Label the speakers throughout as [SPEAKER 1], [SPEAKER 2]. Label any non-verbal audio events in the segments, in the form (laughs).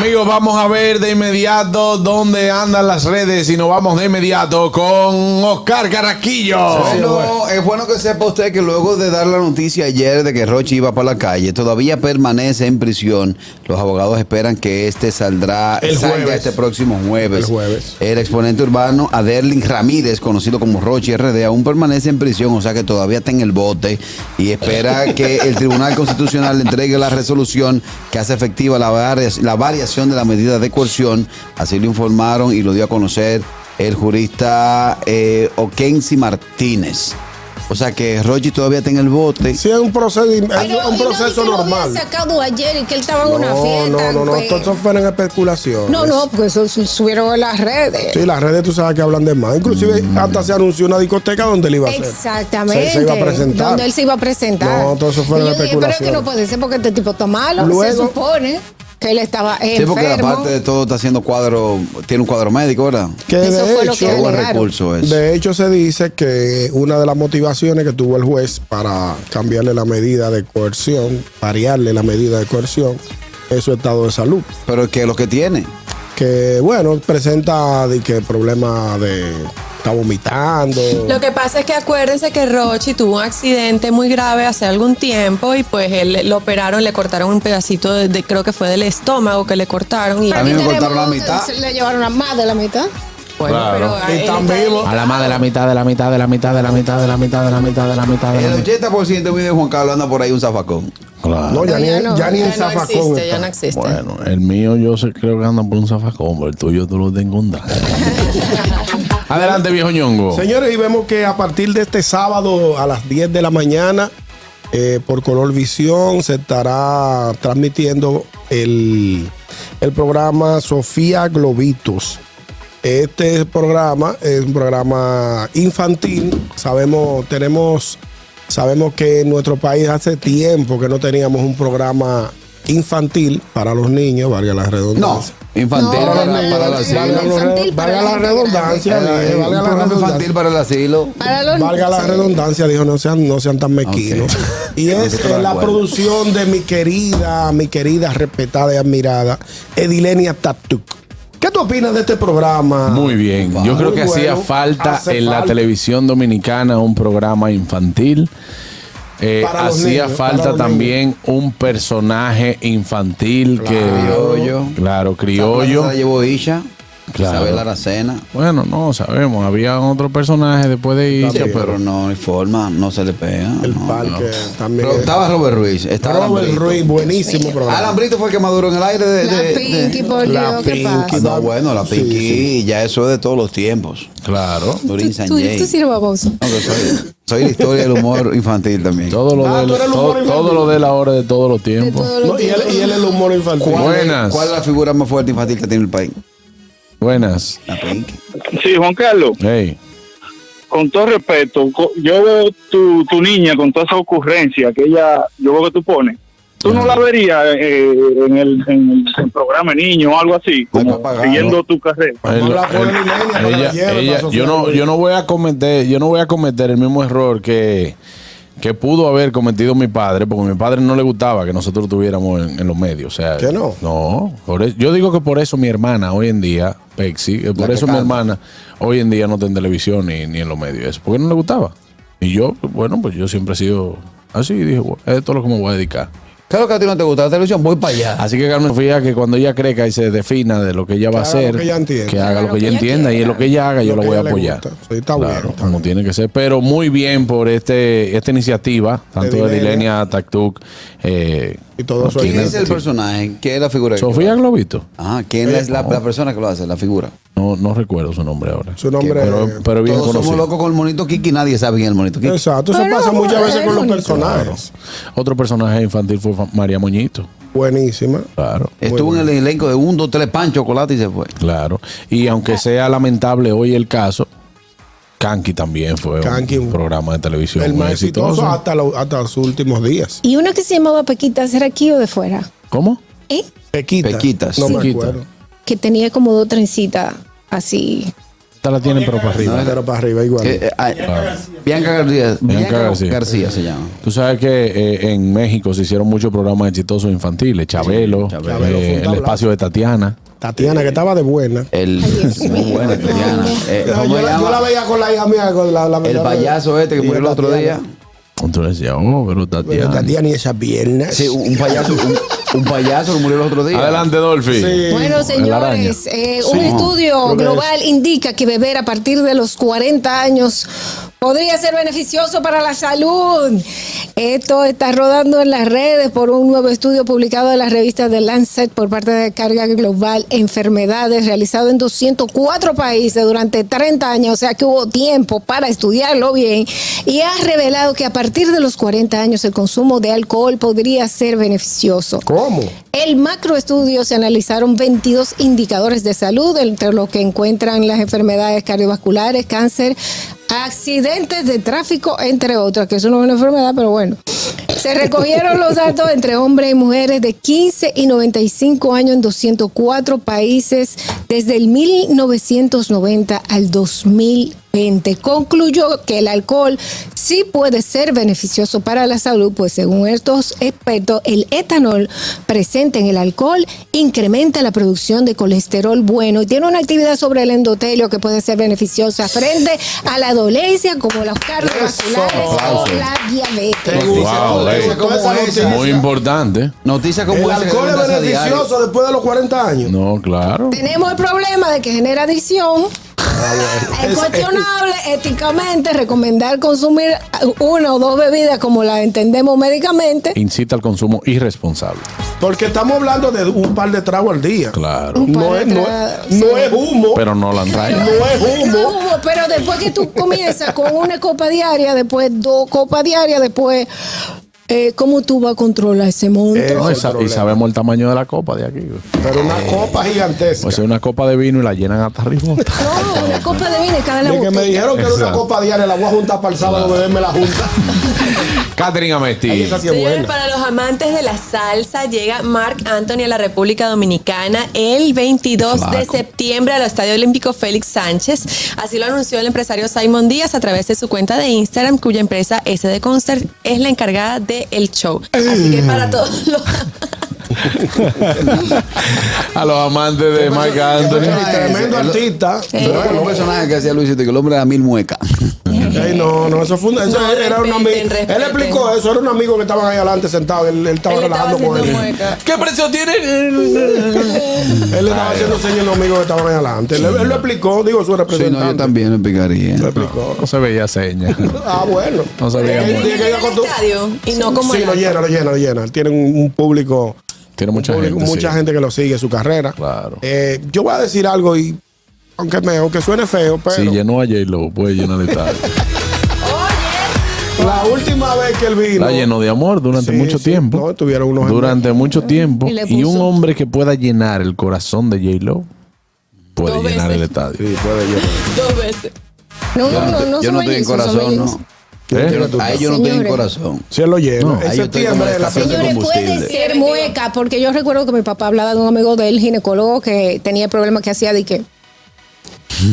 [SPEAKER 1] Amigos, vamos a ver de inmediato dónde andan las redes y nos vamos de inmediato con Oscar Carraquillo.
[SPEAKER 2] Bueno, es bueno que sepa usted que luego de dar la noticia ayer de que Rochi iba para la calle, todavía permanece en prisión. Los abogados esperan que este saldrá
[SPEAKER 1] El
[SPEAKER 2] salga
[SPEAKER 1] jueves.
[SPEAKER 2] este próximo jueves.
[SPEAKER 1] El jueves.
[SPEAKER 2] El exponente urbano Aderlin Ramírez, conocido como Rochi RD, aún permanece en prisión, o sea que todavía está en el bote y espera que el Tribunal Constitucional le entregue la resolución que hace efectiva la, varia- la variación de la medida de coerción. Así lo informaron y lo dio a conocer el jurista eh, Okensi Martínez. O sea que Rochi todavía está en el bote.
[SPEAKER 3] Sí, es un proceso,
[SPEAKER 4] Pero,
[SPEAKER 3] es un
[SPEAKER 4] y no,
[SPEAKER 3] proceso
[SPEAKER 4] y que lo habían
[SPEAKER 3] normal.
[SPEAKER 4] sacado ayer y que él estaba en una
[SPEAKER 3] No,
[SPEAKER 4] fiesta.
[SPEAKER 3] no, no, no,
[SPEAKER 4] pues.
[SPEAKER 3] todo eso fueron especulaciones.
[SPEAKER 4] no, pues. no, porque eso su- subieron en las redes.
[SPEAKER 3] Sí, las redes tú sabes que hablan de más. Inclusive hasta se anunció una discoteca donde él iba a ser.
[SPEAKER 4] Mm. Exactamente.
[SPEAKER 3] Se, se iba a presentar.
[SPEAKER 4] Donde él se iba a presentar.
[SPEAKER 3] No, todo eso fueron
[SPEAKER 4] Y yo dije, Pero es que
[SPEAKER 3] especulaciones.
[SPEAKER 4] no puede ser porque este tipo está malo. se
[SPEAKER 3] Luego-
[SPEAKER 4] supone que él estaba
[SPEAKER 2] Sí,
[SPEAKER 4] enfermo.
[SPEAKER 2] porque aparte de todo está haciendo cuadro, tiene un cuadro médico, ¿verdad?
[SPEAKER 3] Que
[SPEAKER 4] Eso
[SPEAKER 3] de
[SPEAKER 4] fue lo
[SPEAKER 2] Qué
[SPEAKER 3] hecho,
[SPEAKER 4] que
[SPEAKER 2] buen
[SPEAKER 4] alegaron.
[SPEAKER 2] recurso es.
[SPEAKER 3] de hecho se dice que una de las motivaciones que tuvo el juez para cambiarle la medida de coerción, variarle la medida de coerción, es su estado de salud.
[SPEAKER 2] Pero que lo que tiene.
[SPEAKER 3] Que bueno, presenta de que problema de está vomitando.
[SPEAKER 5] Lo que pasa es que acuérdense que Rochi tuvo un accidente muy grave hace algún tiempo y pues él lo operaron, le cortaron un pedacito de, de- creo que fue del estómago que le cortaron y
[SPEAKER 2] A mí me
[SPEAKER 4] Tenemos-
[SPEAKER 2] cortaron la mitad.
[SPEAKER 4] Le llevaron a más de la mitad.
[SPEAKER 5] bueno,
[SPEAKER 1] Claro.
[SPEAKER 5] pero él está ahí.
[SPEAKER 6] A la más de la mitad, de la mitad, de la mitad, de la mitad, de la mitad, de la mitad, de la mitad,
[SPEAKER 4] Ah,
[SPEAKER 6] de la
[SPEAKER 2] El
[SPEAKER 6] mitad.
[SPEAKER 2] 80% de Juan Carlos anda por ahí un zafacón.
[SPEAKER 3] No, ya,
[SPEAKER 4] No,
[SPEAKER 3] ni,
[SPEAKER 4] ya no,
[SPEAKER 3] ya ni
[SPEAKER 4] ya
[SPEAKER 3] en
[SPEAKER 5] Ya no
[SPEAKER 3] zafacón.
[SPEAKER 5] existe, ya
[SPEAKER 3] está.
[SPEAKER 5] no
[SPEAKER 6] Este.
[SPEAKER 5] existe.
[SPEAKER 7] Bueno, el mío yo sé- creo que anda por un zafacón, pero el tuyo tú lo tengo un
[SPEAKER 6] (laughs)
[SPEAKER 1] Adelante, viejo ñongo.
[SPEAKER 3] Señores, y vemos que a partir de este sábado a las 10 de la mañana, eh, por Color Visión, se estará transmitiendo el, el programa Sofía Globitos. Este programa es un programa infantil. Sabemos, tenemos, sabemos que en nuestro país hace tiempo que no teníamos un programa infantil para los niños, valga la
[SPEAKER 2] No,
[SPEAKER 3] redundancia.
[SPEAKER 2] infantil
[SPEAKER 4] No,
[SPEAKER 2] para, para
[SPEAKER 4] no, no,
[SPEAKER 2] el
[SPEAKER 4] no,
[SPEAKER 2] asilo.
[SPEAKER 4] no, no, Infantil para
[SPEAKER 3] Valga
[SPEAKER 4] la
[SPEAKER 3] la
[SPEAKER 4] gente
[SPEAKER 3] redundancia,
[SPEAKER 2] Eh,
[SPEAKER 3] valga
[SPEAKER 2] un
[SPEAKER 3] la
[SPEAKER 2] programa
[SPEAKER 3] redundancia.
[SPEAKER 2] infantil para el asilo.
[SPEAKER 4] Para los
[SPEAKER 3] Valga la
[SPEAKER 4] sí.
[SPEAKER 3] redundancia, dijo, no sean, no sean tan mequinos. Y es
[SPEAKER 2] Nosotros
[SPEAKER 3] eh,
[SPEAKER 2] de
[SPEAKER 3] la
[SPEAKER 2] acuerdo.
[SPEAKER 3] producción de mi querida, mi querida, respetada y admirada, Edilenia Tatuk. ¿Qué tú opinas de este programa?
[SPEAKER 7] Muy bien. Yo creo
[SPEAKER 3] Ah, Muy
[SPEAKER 7] que hacía
[SPEAKER 3] bueno.
[SPEAKER 7] falta
[SPEAKER 3] Hace
[SPEAKER 7] en la
[SPEAKER 3] falta.
[SPEAKER 7] televisión dominicana un programa infantil. Eh,
[SPEAKER 3] Para los
[SPEAKER 7] hacía
[SPEAKER 3] niños, para
[SPEAKER 7] falta
[SPEAKER 3] los
[SPEAKER 7] también un personaje infantil que
[SPEAKER 2] Criollo.
[SPEAKER 7] claro
[SPEAKER 2] Esa
[SPEAKER 7] criollo
[SPEAKER 2] La llevó Isha.
[SPEAKER 7] Claro.
[SPEAKER 2] Isabel Aracena.
[SPEAKER 7] bueno no sabemos había otro personaje después de Isha,
[SPEAKER 2] Sí,
[SPEAKER 7] pero
[SPEAKER 2] pero no hay forma, no se le pega.
[SPEAKER 3] El
[SPEAKER 2] no, no.
[SPEAKER 3] parque también.
[SPEAKER 2] Pero estaba Robert Ruiz. Estaba
[SPEAKER 3] Robert
[SPEAKER 2] Alambrito.
[SPEAKER 3] Ruiz, buenísimo programa.
[SPEAKER 2] Alambrito fue el que maduró en el aire de.
[SPEAKER 4] La
[SPEAKER 2] de- de- Ah,
[SPEAKER 4] Pinky, por
[SPEAKER 3] la
[SPEAKER 4] Dios, ¿qué
[SPEAKER 3] Pinky.
[SPEAKER 4] pasa?
[SPEAKER 2] No, bueno, la
[SPEAKER 3] Sí,
[SPEAKER 2] Pinky, ya eso es de todos los tiempos.
[SPEAKER 7] claro
[SPEAKER 2] Dorin San
[SPEAKER 4] Tú,
[SPEAKER 2] Jay.
[SPEAKER 4] tú sí eres baboso.
[SPEAKER 2] No, que soy, soy la historia del humor infantil también.
[SPEAKER 7] todo lo
[SPEAKER 3] Ah,
[SPEAKER 7] de
[SPEAKER 3] tú eres el
[SPEAKER 7] todo,
[SPEAKER 3] humor
[SPEAKER 7] todo lo de la hora de todos los
[SPEAKER 4] De
[SPEAKER 7] tiempos
[SPEAKER 4] todos los
[SPEAKER 3] No, y, él,
[SPEAKER 4] tipos.
[SPEAKER 3] y él el humor infantil.
[SPEAKER 7] ¿Cuál? Buenas.
[SPEAKER 2] ¿Cuál es la figura más fuerte infantil que tiene el país?
[SPEAKER 7] buenas
[SPEAKER 2] La Pinky.
[SPEAKER 8] Sí, Juan Carlos,
[SPEAKER 7] hey
[SPEAKER 8] con todo respeto, co- yo veo tu, tu niña con toda esa ocurrencia que ella, yo veo que tú pones. Tú no la verías eh, en, el, en el programa de niño o algo así, como
[SPEAKER 2] papá,
[SPEAKER 8] siguiendo tu carrera.
[SPEAKER 3] No
[SPEAKER 7] El-
[SPEAKER 3] la ponen
[SPEAKER 7] el-
[SPEAKER 3] ni media, no la
[SPEAKER 7] ella-
[SPEAKER 3] llevan,
[SPEAKER 7] ella-
[SPEAKER 3] no se
[SPEAKER 7] yo no
[SPEAKER 3] ofenden.
[SPEAKER 7] yo no voy a cometer yo no voy a cometer el mismo error que que pudo haber cometido mi padre, porque a mi padre no le gustaba que nosotros estuviéramos en, en los medios. O sea,
[SPEAKER 3] ¿Que no?
[SPEAKER 7] No. por e- yo digo que por eso mi hermana hoy en día, Pexi, que por
[SPEAKER 2] que
[SPEAKER 7] eso mi
[SPEAKER 2] canta.
[SPEAKER 7] hermana hoy en día no está en televisión ni, ni en los medios. Eso, porque no le gustaba. Y yo, bueno, pues yo siempre he sido así. y Dije, bueno, esto es lo que me voy a dedicar.
[SPEAKER 2] ¿Qué es lo que a ti no te gusta? La televisión, voy para allá.
[SPEAKER 7] Así que Carmen Fía, que cuando ella crezca y se defina de lo que ella va a
[SPEAKER 3] haga lo
[SPEAKER 7] hacer,
[SPEAKER 3] que ella entienda.
[SPEAKER 7] que haga lo que ella entienda y en lo que ella haga, yo
[SPEAKER 3] Lo
[SPEAKER 7] la
[SPEAKER 3] que
[SPEAKER 7] voy a
[SPEAKER 3] ella le
[SPEAKER 7] apoyar.
[SPEAKER 3] gusta. Sí, está
[SPEAKER 7] Claro,
[SPEAKER 3] bueno, está
[SPEAKER 7] como
[SPEAKER 3] bien.
[SPEAKER 7] tiene que ser. Pero muy bien por este esta iniciativa, tanto de
[SPEAKER 3] Dilenia.
[SPEAKER 7] Dilenia, Taktuk, eh,
[SPEAKER 3] Y todo eso.
[SPEAKER 7] ¿Quién
[SPEAKER 2] ¿Quién
[SPEAKER 3] ahí.
[SPEAKER 2] es el personaje? ¿Quién es la figura? que-
[SPEAKER 7] Sofía Globito.
[SPEAKER 2] Ah, ¿quién es la, la persona que lo hace? La figura.
[SPEAKER 7] No, no recuerdo su nombre ahora.
[SPEAKER 3] Su nombre
[SPEAKER 7] pero,
[SPEAKER 3] es-
[SPEAKER 7] pero bien
[SPEAKER 2] Todos
[SPEAKER 7] conocido.
[SPEAKER 2] somos locos con el monito Kiki, nadie sabe quién es el monito Kiki.
[SPEAKER 3] Exacto, eso
[SPEAKER 4] Pero
[SPEAKER 3] pasa
[SPEAKER 4] bueno,
[SPEAKER 3] muchas veces
[SPEAKER 4] es
[SPEAKER 3] con los
[SPEAKER 4] bonito.
[SPEAKER 3] personajes.
[SPEAKER 7] Otro personaje infantil fue Fa- María Moñito.
[SPEAKER 3] Buenísima.
[SPEAKER 7] Claro.
[SPEAKER 2] Estuvo en el elenco de 1, 2, 3, pan, chocolate y se fue.
[SPEAKER 7] Claro. Y aunque sea lamentable hoy el caso, Kanki también fue
[SPEAKER 3] Kanki,
[SPEAKER 7] un programa de televisión
[SPEAKER 3] El
[SPEAKER 7] muy
[SPEAKER 3] más exitoso
[SPEAKER 7] exitoso.
[SPEAKER 3] hasta, lo- hasta los últimos días.
[SPEAKER 4] Y una que se llamaba Pequita, ¿era aquí o de fuera?
[SPEAKER 7] ¿Cómo?
[SPEAKER 4] ¿Eh?
[SPEAKER 3] Pequitas.
[SPEAKER 2] Pequitas.
[SPEAKER 3] No me
[SPEAKER 7] Pequita.
[SPEAKER 3] acuerdo.
[SPEAKER 4] Que tenía como dos trencitas así.
[SPEAKER 6] Esta la tienen pero para arriba.
[SPEAKER 2] No, era-
[SPEAKER 3] Pero para arriba igual.
[SPEAKER 2] que, eh, ah, Bianca García. Bianca
[SPEAKER 7] García.
[SPEAKER 2] García se llama.
[SPEAKER 7] Tú sabes que eh, en México se hicieron muchos programas exitosos infantiles. Chabelo,
[SPEAKER 2] Chabelo.
[SPEAKER 7] eh, el
[SPEAKER 3] Fundabla.
[SPEAKER 7] espacio de Tatiana.
[SPEAKER 3] Tatiana, que estaba de buena.
[SPEAKER 2] El,
[SPEAKER 4] Ay, Dios
[SPEAKER 2] muy
[SPEAKER 4] mío.
[SPEAKER 2] buena, Tatiana. Eh,
[SPEAKER 3] No,
[SPEAKER 2] ¿cómo
[SPEAKER 3] yo,
[SPEAKER 2] se
[SPEAKER 3] la,
[SPEAKER 2] llama?
[SPEAKER 3] yo la veía con la hija mía, con la, la
[SPEAKER 2] El
[SPEAKER 3] menor de-
[SPEAKER 2] payaso este que
[SPEAKER 3] y
[SPEAKER 2] murió el otro
[SPEAKER 3] Tatiana.
[SPEAKER 2] día.
[SPEAKER 7] Entonces decía, oh, pero
[SPEAKER 3] Pero
[SPEAKER 7] Tatiana.
[SPEAKER 3] Tatiana y esas piernas.
[SPEAKER 2] Sí, un un payaso, un, un payaso que murió el otro día.
[SPEAKER 7] Adelante, Dolphy.
[SPEAKER 3] Sí.
[SPEAKER 4] Bueno,
[SPEAKER 7] araña.
[SPEAKER 4] señores, eh, un
[SPEAKER 7] Sí.
[SPEAKER 4] estudio
[SPEAKER 3] Creo que
[SPEAKER 4] global indica que beber a partir de los 40 años podría ser beneficioso para la salud. Esto está rodando en las redes por un nuevo estudio publicado en la revista The Lancet por parte de Carga Global Enfermedades, realizado en 204 países durante 30 años, o sea que hubo tiempo para estudiarlo bien, y ha revelado que a partir de los 40 años el consumo de alcohol podría ser beneficioso.
[SPEAKER 3] ¿Cómo?
[SPEAKER 4] El macroestudio se analizaron 22 indicadores de salud, entre los que encuentran las enfermedades cardiovasculares, cáncer, accidentes de tráfico, entre otras, que eso no es una enfermedad, pero bueno. Se recogieron los datos entre hombres y mujeres de 15 y 95 años en 204 países desde el 1990 al 2020. Concluyó que el alcohol sí puede ser beneficioso para la salud, pues según estos expertos, el etanol presente en el alcohol incrementa la producción de colesterol bueno y tiene una actividad sobre el endotelio que puede ser beneficiosa frente a la dolencia como los cardiovasculares o
[SPEAKER 2] Aplausos.
[SPEAKER 4] la diabetes.
[SPEAKER 3] Te gusta,
[SPEAKER 7] Wow,
[SPEAKER 3] te
[SPEAKER 7] eh.
[SPEAKER 3] gusta
[SPEAKER 2] ¿Cómo
[SPEAKER 3] esa
[SPEAKER 2] es?
[SPEAKER 3] noticia.
[SPEAKER 7] Muy importante.
[SPEAKER 2] Noticias como
[SPEAKER 3] El
[SPEAKER 2] esa que
[SPEAKER 3] alcohol
[SPEAKER 2] deben
[SPEAKER 3] es
[SPEAKER 2] darse a diario.
[SPEAKER 3] beneficioso después de los 40 años.
[SPEAKER 7] No, claro.
[SPEAKER 4] Tenemos el problema de que genera adicción. Es cuestionable éticamente recomendar consumir una o dos bebidas como la entendemos médicamente.
[SPEAKER 7] Incita al consumo irresponsable.
[SPEAKER 3] Porque estamos hablando de un par de tragos al día.
[SPEAKER 7] Claro.
[SPEAKER 4] Un par
[SPEAKER 3] No
[SPEAKER 4] de
[SPEAKER 3] es, no,
[SPEAKER 4] tra-
[SPEAKER 3] es- no
[SPEAKER 4] sí.
[SPEAKER 3] es humo.
[SPEAKER 7] Pero no la
[SPEAKER 3] no
[SPEAKER 7] entraña.
[SPEAKER 3] es
[SPEAKER 4] No
[SPEAKER 3] humo.
[SPEAKER 4] humo, pero después que tú comienzas con una copa diaria, después dos copas diarias, después, eh, ¿cómo tú vas a controlar ese monto?
[SPEAKER 3] Eh,
[SPEAKER 7] No,
[SPEAKER 3] ese
[SPEAKER 7] y,
[SPEAKER 3] es
[SPEAKER 7] sa-
[SPEAKER 3] el
[SPEAKER 7] y
[SPEAKER 3] problema.
[SPEAKER 7] sabemos el tamaño de la copa de aquí.
[SPEAKER 3] Pero una copa gigantesca.
[SPEAKER 7] O sea, una copa de vino y la llenan hasta arriba.
[SPEAKER 4] No, una copa de vino y cada la
[SPEAKER 3] Y que me
[SPEAKER 4] botella.
[SPEAKER 3] dijeron que era una
[SPEAKER 7] Exacto.
[SPEAKER 3] copa diaria, la voy a juntar para el sábado, beberme la junta.
[SPEAKER 1] Catherine
[SPEAKER 3] Ay,
[SPEAKER 1] Amesti.
[SPEAKER 3] esa sí es
[SPEAKER 5] Señores,
[SPEAKER 3] buena.
[SPEAKER 5] para los amantes de la salsa, llega Marc Anthony a la República Dominicana el 22 de septiembre al Estadio Olímpico Félix Sánchez. Así lo anunció el empresario Simon Díaz a través de su cuenta de Instagram, cuya empresa SD Concert es la encargada del show. Así que para todos los
[SPEAKER 7] A los amantes de Mike
[SPEAKER 3] Anthony,
[SPEAKER 7] Anthony.
[SPEAKER 3] tremendo
[SPEAKER 2] el-
[SPEAKER 3] artista.
[SPEAKER 2] Pero era un personaje que hacía Luisito, que el hombre era mil muecas.
[SPEAKER 3] Ey, no, no, eso fue un- eso
[SPEAKER 5] No,
[SPEAKER 3] era un amigo.
[SPEAKER 5] respeten, respeten.
[SPEAKER 3] Él explicó eso, era un amigo que estaban ahí adelante sentado, él, él estaba
[SPEAKER 5] él estaba
[SPEAKER 3] relajando
[SPEAKER 5] haciendo
[SPEAKER 3] con él.
[SPEAKER 5] mueca.
[SPEAKER 7] ¿Qué precio tiene?
[SPEAKER 3] Él le estaba haciendo señas a los amigos que estaban ahí adelante. Él, él lo explicó, digo, su
[SPEAKER 2] Sí,
[SPEAKER 3] representante.
[SPEAKER 2] no, yo también me picaría.
[SPEAKER 3] Lo explicó.
[SPEAKER 7] No se veía seña.
[SPEAKER 3] Ah, bueno.
[SPEAKER 7] No se veía
[SPEAKER 3] Él
[SPEAKER 7] mueca.
[SPEAKER 3] tiene que ir a
[SPEAKER 5] Llena el
[SPEAKER 3] acostum-
[SPEAKER 5] estadio y no como
[SPEAKER 3] Sí,
[SPEAKER 5] el
[SPEAKER 3] lo
[SPEAKER 5] otro.
[SPEAKER 3] llena, lo llena, lo llena. Él Tiene un, un público,
[SPEAKER 7] Tiene mucha
[SPEAKER 3] público-
[SPEAKER 7] gente.
[SPEAKER 3] mucha
[SPEAKER 7] sí.
[SPEAKER 3] gente que lo sigue, su carrera.
[SPEAKER 7] Claro.
[SPEAKER 3] Eh, yo voy a decir algo y aunque me, aunque suene feo, pero
[SPEAKER 7] Si llenó a J-Lo, puede llenar el estadio.
[SPEAKER 3] la última vez que él vino.
[SPEAKER 7] La llenó de amor durante
[SPEAKER 3] Sí,
[SPEAKER 7] mucho
[SPEAKER 3] sí.
[SPEAKER 7] tiempo.
[SPEAKER 3] No, tuvieron unos
[SPEAKER 7] Durante mucho tiempo.
[SPEAKER 4] Y le
[SPEAKER 7] Y un
[SPEAKER 4] puso-
[SPEAKER 7] hombre que pueda llenar el corazón de J-Lo puede
[SPEAKER 5] Dos
[SPEAKER 7] llenar el
[SPEAKER 5] veces.
[SPEAKER 7] estadio.
[SPEAKER 5] Dos veces.
[SPEAKER 4] No, no, no, no
[SPEAKER 2] yo no
[SPEAKER 4] son
[SPEAKER 2] estoy en
[SPEAKER 4] mellizos, son
[SPEAKER 2] corazón,
[SPEAKER 4] mellizos.
[SPEAKER 2] no.
[SPEAKER 7] ¿Eh?
[SPEAKER 2] Yo no- ahí yo no estoy en
[SPEAKER 4] Señores.
[SPEAKER 2] corazón.
[SPEAKER 3] Si él lo llena.
[SPEAKER 7] No,
[SPEAKER 3] en
[SPEAKER 2] ahí yo estoy
[SPEAKER 3] septiembre
[SPEAKER 2] como
[SPEAKER 3] de la
[SPEAKER 2] destapado.
[SPEAKER 3] fecha.
[SPEAKER 4] Señores, puede
[SPEAKER 2] combustible.
[SPEAKER 4] ser mueca, porque yo recuerdo que mi papá hablaba de un amigo de él, ginecólogo, que tenía problemas que hacía de que. eh,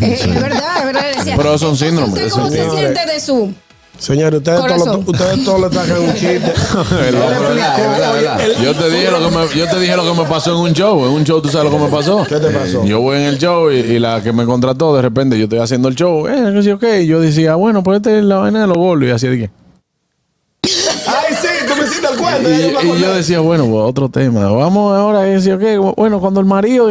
[SPEAKER 4] Es, es verdad, es verdad. Decía,
[SPEAKER 7] Pero son
[SPEAKER 4] "Entonces,
[SPEAKER 7] síndromes,
[SPEAKER 4] ¿usted
[SPEAKER 7] son
[SPEAKER 4] ¿Cómo se
[SPEAKER 3] síndromes".
[SPEAKER 4] siente de su?
[SPEAKER 3] Señores, ustedes todos
[SPEAKER 4] Corazón.
[SPEAKER 3] lo- ustedes todos le sacan un chiste.
[SPEAKER 7] El
[SPEAKER 3] Él
[SPEAKER 7] hombre-
[SPEAKER 3] explicó,
[SPEAKER 2] es verdad,
[SPEAKER 3] oye,
[SPEAKER 2] es verdad.
[SPEAKER 3] él-
[SPEAKER 7] Ah, Yo te, dije lo que me, yo te dije lo que me pasó en un show. En un show, ¿tú sabes lo que me pasó?
[SPEAKER 3] ¿Qué te pasó?
[SPEAKER 7] Eh, Yo voy en el show y, y la que me contrató, de repente, yo estoy haciendo el show. Eh, yo, okay. yo decía, bueno, pues esta es la vaina de los bolos. Y así de que.
[SPEAKER 3] Ay, sí, tú me hiciste el
[SPEAKER 7] Y,
[SPEAKER 3] cuento. ya yo me
[SPEAKER 7] y yo
[SPEAKER 3] acordé.
[SPEAKER 7] decía, bueno, pues otro tema. Vamos ahora. Y decía, ok, bueno, cuando el marido.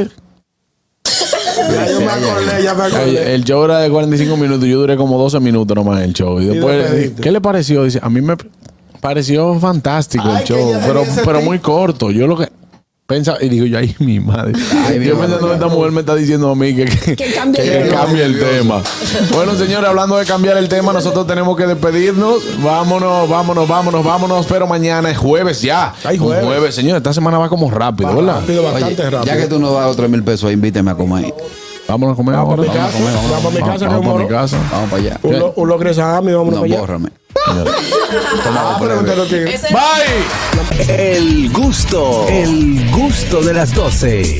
[SPEAKER 3] Ya yo me acordé, ya me
[SPEAKER 7] Oye, eh,
[SPEAKER 3] acordé.
[SPEAKER 7] el show era de 45 minutos. Yo duré como 12 minutos nomás en el show. Y
[SPEAKER 3] lo
[SPEAKER 7] después,
[SPEAKER 3] pediste?
[SPEAKER 7] ¿qué le pareció? Dice, a mí me pareció fantástico
[SPEAKER 3] Ay,
[SPEAKER 7] el
[SPEAKER 3] que
[SPEAKER 7] show,
[SPEAKER 3] ya
[SPEAKER 7] pero,
[SPEAKER 3] tenía ese
[SPEAKER 7] pero
[SPEAKER 3] tip.
[SPEAKER 7] muy corto. Yo lo que pensaba, y digo, yo, ay, mi
[SPEAKER 3] (laughs)
[SPEAKER 7] madre.
[SPEAKER 2] Ay, mi
[SPEAKER 7] yo
[SPEAKER 2] madre,
[SPEAKER 7] pensando que esta mujer me está diciendo a mí que, que-
[SPEAKER 4] Que cambie
[SPEAKER 7] que
[SPEAKER 4] el tema.
[SPEAKER 7] cambie el tema. Bueno, señores, hablando de cambiar el tema, nosotros tenemos que despedirnos. Vámonos, vámonos, vámonos, vámonos. Pero mañana es jueves ya.
[SPEAKER 3] Ay, jueves.
[SPEAKER 7] Un jueves, señores. Esta semana va como rápido, ¿verdad?
[SPEAKER 3] Rápido, bastante
[SPEAKER 2] Oye,
[SPEAKER 3] rápido.
[SPEAKER 2] ya que tú no das otros mil pesos, invíteme a comer.
[SPEAKER 7] Vámonos a comer
[SPEAKER 3] Vamos
[SPEAKER 7] ahora.
[SPEAKER 3] pa'
[SPEAKER 7] Vamos
[SPEAKER 3] mi
[SPEAKER 7] a
[SPEAKER 3] casa,
[SPEAKER 7] comer, vámonos.
[SPEAKER 3] vamos pa' mi
[SPEAKER 7] Vamos
[SPEAKER 3] casa,
[SPEAKER 7] vamos
[SPEAKER 3] que
[SPEAKER 7] pa' mi
[SPEAKER 3] moro.
[SPEAKER 7] casa.
[SPEAKER 2] Vamos para allá.
[SPEAKER 3] Un, lo- un logro esa Ami, vámonos
[SPEAKER 2] No,
[SPEAKER 3] para allá.
[SPEAKER 2] bórrame.
[SPEAKER 3] Ah, pero usted no tiene-
[SPEAKER 5] Eso es
[SPEAKER 7] Bye.
[SPEAKER 9] El gusto, el gusto de las 12.